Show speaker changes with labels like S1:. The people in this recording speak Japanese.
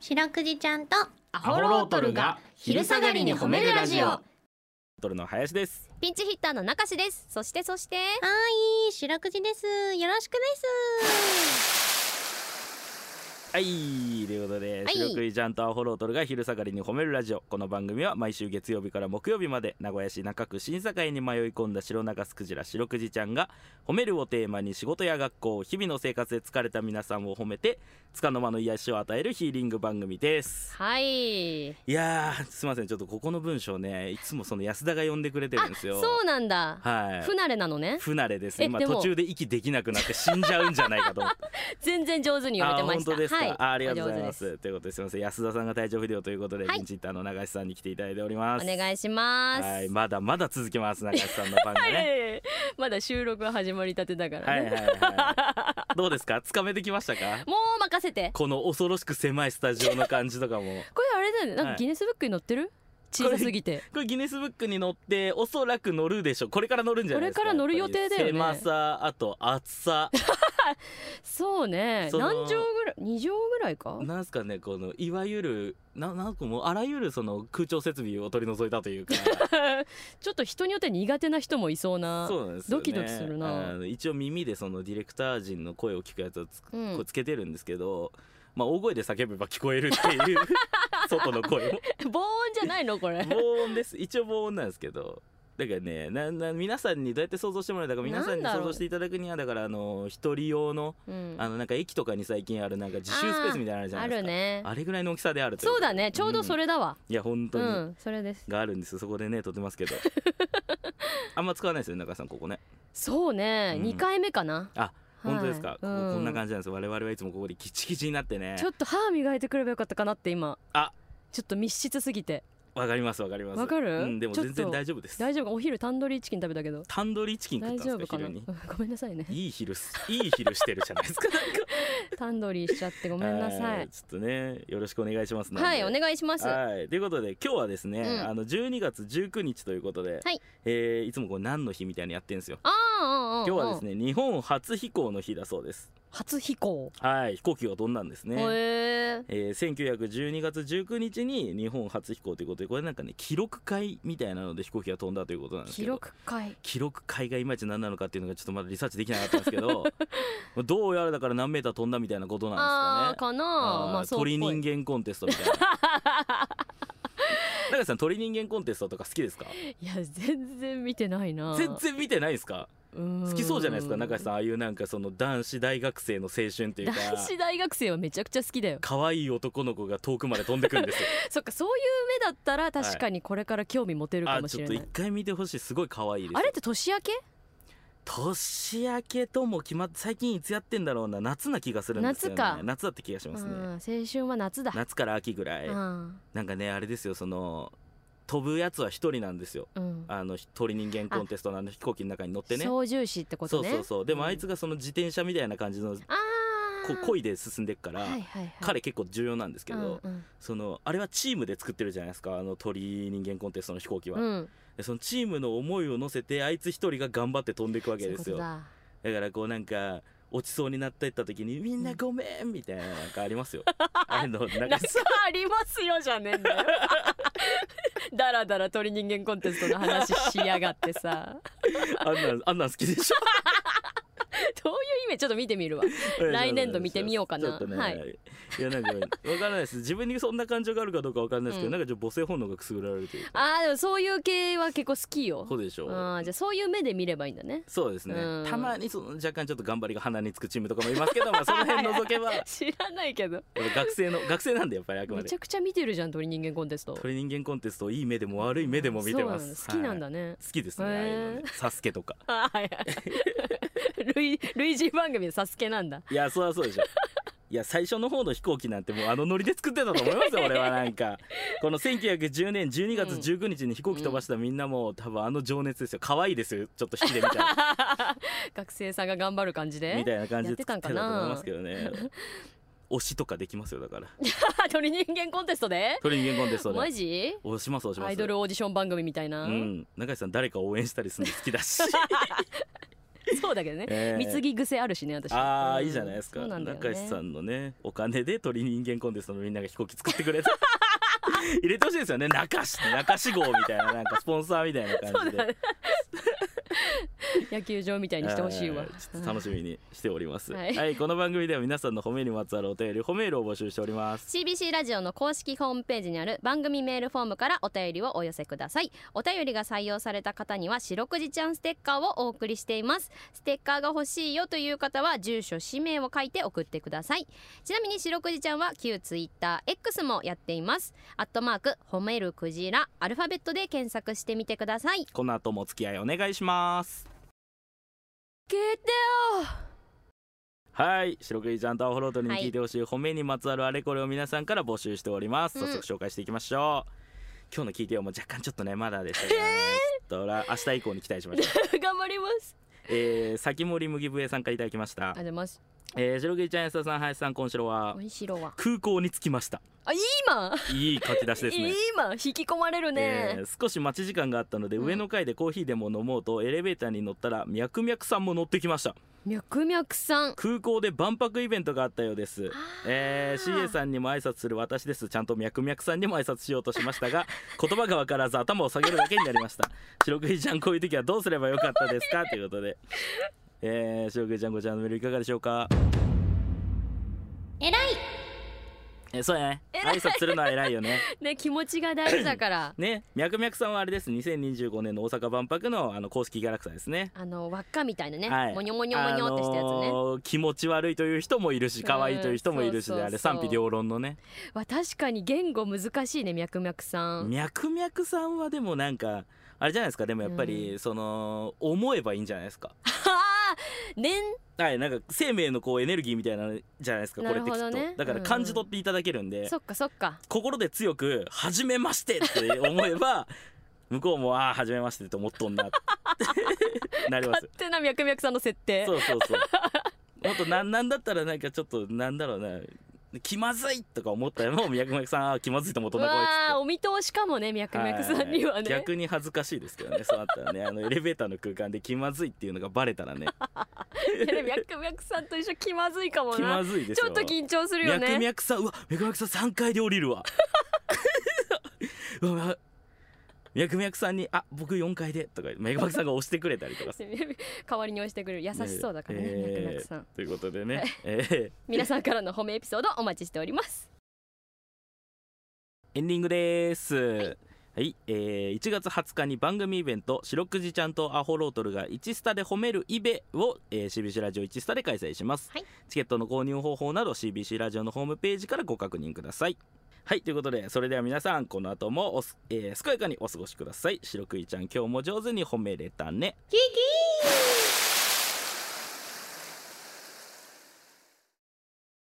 S1: 白くじちゃんとア
S2: ホロートルが昼下がりに褒めるラジオ
S3: トルの林です。
S4: ピンチヒッターの中志ですそしてそして
S1: はい白くじですよろしくです
S3: はい、ということで、
S4: はい
S3: 白くいちゃんとアホロートルが昼下がりに褒めるラジオ。この番組は毎週月曜日から木曜日まで名古屋市中区新栄に迷い込んだ白長スクジラ白くじちゃんが褒めるをテーマに仕事や学校、日々の生活で疲れた皆さんを褒めて、束の間の癒しを与えるヒーリング番組です。
S4: はい
S3: いやー、すいません。ちょっとここの文章ね、いつもその安田が呼んでくれてるんですよ。
S4: そうなんだ、
S3: はい。
S4: 不慣れなのね
S3: 不慣れです
S4: え
S3: 今
S4: でも
S3: 途中で息できなくなって死んじゃうんじゃないかと思って
S4: 全然上手に読めてま
S3: あ
S4: した
S3: 本当です
S4: は
S3: か、
S4: い
S3: あありがとうございま
S4: お上
S3: すということですいません安田さんが体調不良ということで、
S4: はい
S3: ピンチヒッターの長橋さんに来ていただいております
S4: 手ですお願いします
S3: はいまだまだ続けます長橋さんの番組ね
S4: ええ まだ収 録は始まりたてだからね、
S3: はいはいはいどうですかつかめてきましたか
S4: もう任せて
S3: この恐ろしく狭いスタジオの感じとかも
S4: これあれだよねなん
S3: は
S4: か
S3: い
S4: ギネスブックに載ってる小さすぎて
S3: これギネスブックに乗っておそらく乗るでしょこれから乗るんじゃないですか
S4: これから乗る予定だよね
S3: やっぱり狭さあと厚さ
S4: そうね
S3: その
S4: 何畳ぐらい二畳ぐらいか
S3: なんすかねこのいわゆるななんかもうあらゆるその空調設備を取り除いたというか
S4: ちょっと人によって苦手な人もいそうな
S3: そうなんですよね
S4: ドキドキするな
S3: あの一応耳でそのディレクター陣の声を聞くやつをつ,、
S4: うん
S3: こうつけてるんですけどまあ大声で叫べば聞こえるっていう 外の 声も
S4: 防音じゃないのこれ
S3: 防音です一応防音なんですけどだからねなな皆さんにどうやって想像してもらえたか皆さん
S4: なん
S3: に
S4: だろ
S3: 想
S4: う
S3: 像していただくにはだからあの一人用の
S4: うん
S3: あのなんか駅とかに最近あるなんか自習スペースみたいなのあるじゃな
S4: あ
S3: いです
S4: る
S3: か
S4: ね
S3: あれぐらいの大きさであるという
S4: そうだねちょうどそれだわ
S3: いや本
S4: う
S3: 当に、
S4: んそれです
S3: があるんですよそこでね撮ってま すけどあんま使わないですよね中井さんここね
S4: そうね
S3: うん
S4: 二回目かな
S3: あ本当ですか、
S4: はい
S3: ここ
S4: う
S3: こんな感じなんですよ我々はいつもここでキチキチになってね
S4: ちょっと歯磨いてくればよかったかなって今
S3: あ
S4: ちょっと密室すぎて
S3: わかりますわかります
S4: わかる
S3: うん、でも
S4: ちょっ
S3: 全
S4: と
S3: 然大丈夫です
S4: 大丈夫かお昼タンドリーチキン食べたけど
S3: タンドリーチキン食っ
S4: 大
S3: たんで
S4: 丈
S3: す
S4: 夫
S3: か
S4: かな
S3: 昼
S4: うん
S3: に
S4: ごめんなさいね
S3: いい昼すいい昼してるじゃないですか
S4: タンドリーしちゃ ってごめんなさ
S3: はいちょっとねよろしくお願いします
S4: はいお
S3: い
S4: 願いします
S3: はいということで今日はですね、
S4: うん
S3: あの12月19日ということで、
S4: はい
S3: えーいつもこう何の日みたいなのやってるんですよ
S4: ああ
S3: 今日はです
S4: ね
S3: ね日本初飛行の日だそうです
S4: 初飛行
S3: はい飛行機が飛んだんですね
S4: へえ
S3: えー、1912月19日に日本初飛行ということでこれなんかね記録会みたいなので飛行機が飛んだということなんです
S4: 記
S3: けど
S4: 録会
S3: 記録会がいまいち何なのかっていうのがちょっとまだリサーチできなかったんですけ どどうやらだから何メーター飛んだみたいなことなん
S4: あ
S3: です
S4: ー
S3: かね
S4: かな
S3: ー
S4: まあそうっぽい
S3: 鳥人間コンテストみた いな中井さん鳥人間コンテストとか好きですか
S4: いや全然見てないな
S3: 全然見てないですか
S4: 好
S3: 好きそうじゃないですか中井
S4: ん
S3: さんああいうなんかその男子大学生の青春っていうか
S4: 男子大学生はめちゃくちゃ好きだ よ
S3: 可愛い男の子が遠くまで飛んでくんですよ
S4: そっかそういう目だったら確かにこれから興味持てるか
S3: あ
S4: もし
S3: ちょ
S4: れ
S3: っ
S4: な
S3: と
S4: い、
S3: 一回見てほしいすごい可愛いです
S4: あれって年明け
S3: 年明けとも決まって最近いつやってんだろうな夏な気がするんですよね
S4: 夏か
S3: 夏だって気がします
S4: う
S3: ね
S4: ん青春は夏だ
S3: 夏から秋ぐらい
S4: うん
S3: なんかねあれですよその飛ぶやつは一人なんですよ
S4: うん
S3: あの鳥人間コンテストのあの飛行機の中に乗ってね
S4: 操縦士ってこと
S3: そう
S4: ね
S3: そうそうでもあい
S4: うん
S3: つがその自転車みたいな感じのこ
S4: あ
S3: う
S4: ー
S3: 漕いで進んでっから
S4: はいはいはい
S3: 彼結構重要なんですけど
S4: うん
S3: そのあれはチームで作ってるじゃないですかあの鳥人間コンテストの飛行機
S4: うん
S3: は
S4: うん
S3: でそのチームの思いを乗せてあいつ一人が頑張って飛んでいくわけ
S4: そういう
S3: で
S4: こ
S3: す
S4: と
S3: よ
S4: だ
S3: だからこうなんか落ちそうになってった時にみんなごめんみたいななんかありま すよ。あのなん
S4: な
S3: か
S4: んかありますよじゃねえんだよ だらだら鳥人間コンテストの話しやがってさ
S3: あんなんあんなん好きでし
S4: どういう意味ちょっと見てみ るわ
S3: ょ。
S4: 来年度見てみようかな
S3: ちょっとね、、
S4: はい
S3: やなんかわからないです。自分にそんな感情があるかどうかわからないですけど、
S4: うん
S3: なんかちょっと母性本能がくすぐられるというか。
S4: あーでもそういう系は結構好きよ
S3: そうでしょう。
S4: あーじゃあそういう目で見ればいいんだね
S3: そうですね
S4: うん。
S3: たまにその若干ちょっと頑張りが鼻につくチームとかもいますけ ど、まあその辺除けば
S4: 知らないけど
S3: 学生の学生なんでやっぱりあくま
S4: め
S3: で
S4: ちゃくちゃ見てるじゃん鳥人間コンテスト
S3: 鳥人間コンテストをいい目でも悪い目でも見てま
S4: そうなん
S3: す。
S4: だ好きなん
S3: は
S4: だね
S3: い好きですね。
S4: へー
S3: ああいうのねサスケとか。
S4: あはいはい類類似番組でサスケなんだ
S3: いやそりゃそうでしょいや最初の方の飛行機なんてもうあのノリで作ってたと思います よ俺はなんかこの1910年12月19日に飛行機飛ばしたみんなも多分あの情熱ですよ可愛いですよちょっと引きでみた い
S4: 学生さんが頑張る感じ
S3: なみ
S4: で
S3: たいな感じで作ってたと思い
S4: や
S3: ま
S4: っ
S3: す
S4: て
S3: けどね推しとかできますよだから
S4: 鳥人間コンテストで
S3: 鳥人間コンテスト で
S4: マジ
S3: 押します押します
S4: アイドルオーディション番組みたいな、
S3: うん中井さん誰か応援したりするの好きだし
S4: そうだけどね
S3: えー
S4: 貢ぎ癖あるしね私
S3: ああ、
S4: うん
S3: いいじゃないですか
S4: そうなんだよ
S3: 中石さ
S4: ね
S3: んのねお金で鳥人間コンテストのみんなが飛行機作ってくれた 入れてほしいですよね中石って中石号みたいななんかスポンサーみたいな感じで、
S4: 野球場みたいにしてほしいわ
S3: えーちょっと楽しみにしておりますは、
S4: はいい
S3: この番組では皆さんの褒めにまつわるお便り褒めールを募集しております、
S4: CBC ラジオの公式ホームページにある番組メールフォームからお便りをお寄せくださいお便りが採用された方には「白くじちゃんステッカー」をお送りしていますステッカーが欲しいよという方は住所氏名を書いて送ってくださいちなみに白くじちゃんは旧 TwitterX もやっていますアットマーク褒めるクジラアルファベットで検索してみてください
S3: この後もお付き合いお願いします
S4: 聞いてよ
S3: はい白くじちゃんとアホロートに聞いてほしい褒めにまつわるあれこれを皆さんから募集しております、
S4: うん
S3: 早速紹介していきましょう今日の聞いてよもう若干ちょっとねまだでしたけどね、ちょっとら明日以降に期待しましょう
S4: 頑張ります
S3: えー、先森麦笛さんからいただきました
S4: あ、でもし
S3: えー、白毛ちゃん安田さん林さん今週は
S4: おいしろは
S3: 空港に着きました
S4: あ今
S3: いい書き出しですね
S4: 今引き込まれるね、
S3: えー少し待ち時間があったので、
S4: うん
S3: 上の階でコーヒーでも飲もうとエレベーターに乗ったらミャクミャクさんも乗ってきました
S4: 脈々さん
S3: 空港で万博イベントがあったようです、えー、CA さんにも挨拶する私ですちゃんとミャクミャクさんにも挨拶しようとしましたが 言葉が分からず頭を下げるだけになりました白クイちゃんこういう時はどうすればよかったですかということで、えー、白クイちゃんこちらのメールいかがでしょうか
S1: えらい
S3: えーそうやね挨拶するのは偉いよね
S4: ね気持ちが大事だから
S3: ねミャクミャクさんはあれです2025年の大阪万博のあの公式キャラクターですね
S4: あの輪っかみたいなね、
S3: はい
S4: もにょもにょもにょってしたやつね、
S3: あのー気持ち悪いという人もいるし可愛いという人もいるし
S4: うん
S3: であれ
S4: そうそう
S3: 賛否両論のね
S4: わ確かに言語難しいね脈々さん
S3: 脈々さんはでもなんかあれじゃないですかでもやっぱり、その思えばいいんじゃないですか
S4: はあねん
S3: はいなんか生命のこうエネルギーみたいなのじゃないですかこれってきっ
S4: なる
S3: と、
S4: ほどね
S3: だから
S4: うん
S3: 感じ取っていただけるんで、
S4: そっかそっか
S3: 心で強く「はじめまして」って思 えば向こうも「ああはじめまして」って思っとんなってなります
S4: 勝手な脈々さんの設定
S3: そうそうそうもっとなんなんだったらなんかちょっとなんだろうな気まずいとか思ったらもう宮久さんあー気まずいと思っとんなこいつって
S4: わあお見通しかもね脈々さんにはね、
S3: い逆に恥ずかしいですけどねそうあったらねあのエレベーターの空間で気まずいっていうのがバレたらね
S4: いやね脈々さんと一緒気まずいかも
S3: 気ま
S4: な
S3: ずいです
S4: ち
S3: よ
S4: ょっと緊張するよね
S3: 脈々さんうわ脈々さん三階で降 りるわうわ脈々さんに「あ僕四階で」とか脈々さんが押してくれたりとかする
S4: 代わりに押してくれる優しそうだからね、
S3: えー
S4: 脈々さん
S3: ということでね、え
S4: 皆さんからの褒めエピソードお待ちしております
S3: ーエンディングです。はいえー1月20日に番組イベント「白くじちゃんとアホロートルが1スタで褒めるイベ」を、えー CBC ラジオ1スタで開催します、
S1: はい
S3: チケットの購入方法など CBC ラジオのホームページからご確認くださいはいということでそれでは皆さんこの後もおす、えー健やかにお過ごしください白くじちゃん今日も上手に褒めれたね
S1: キキー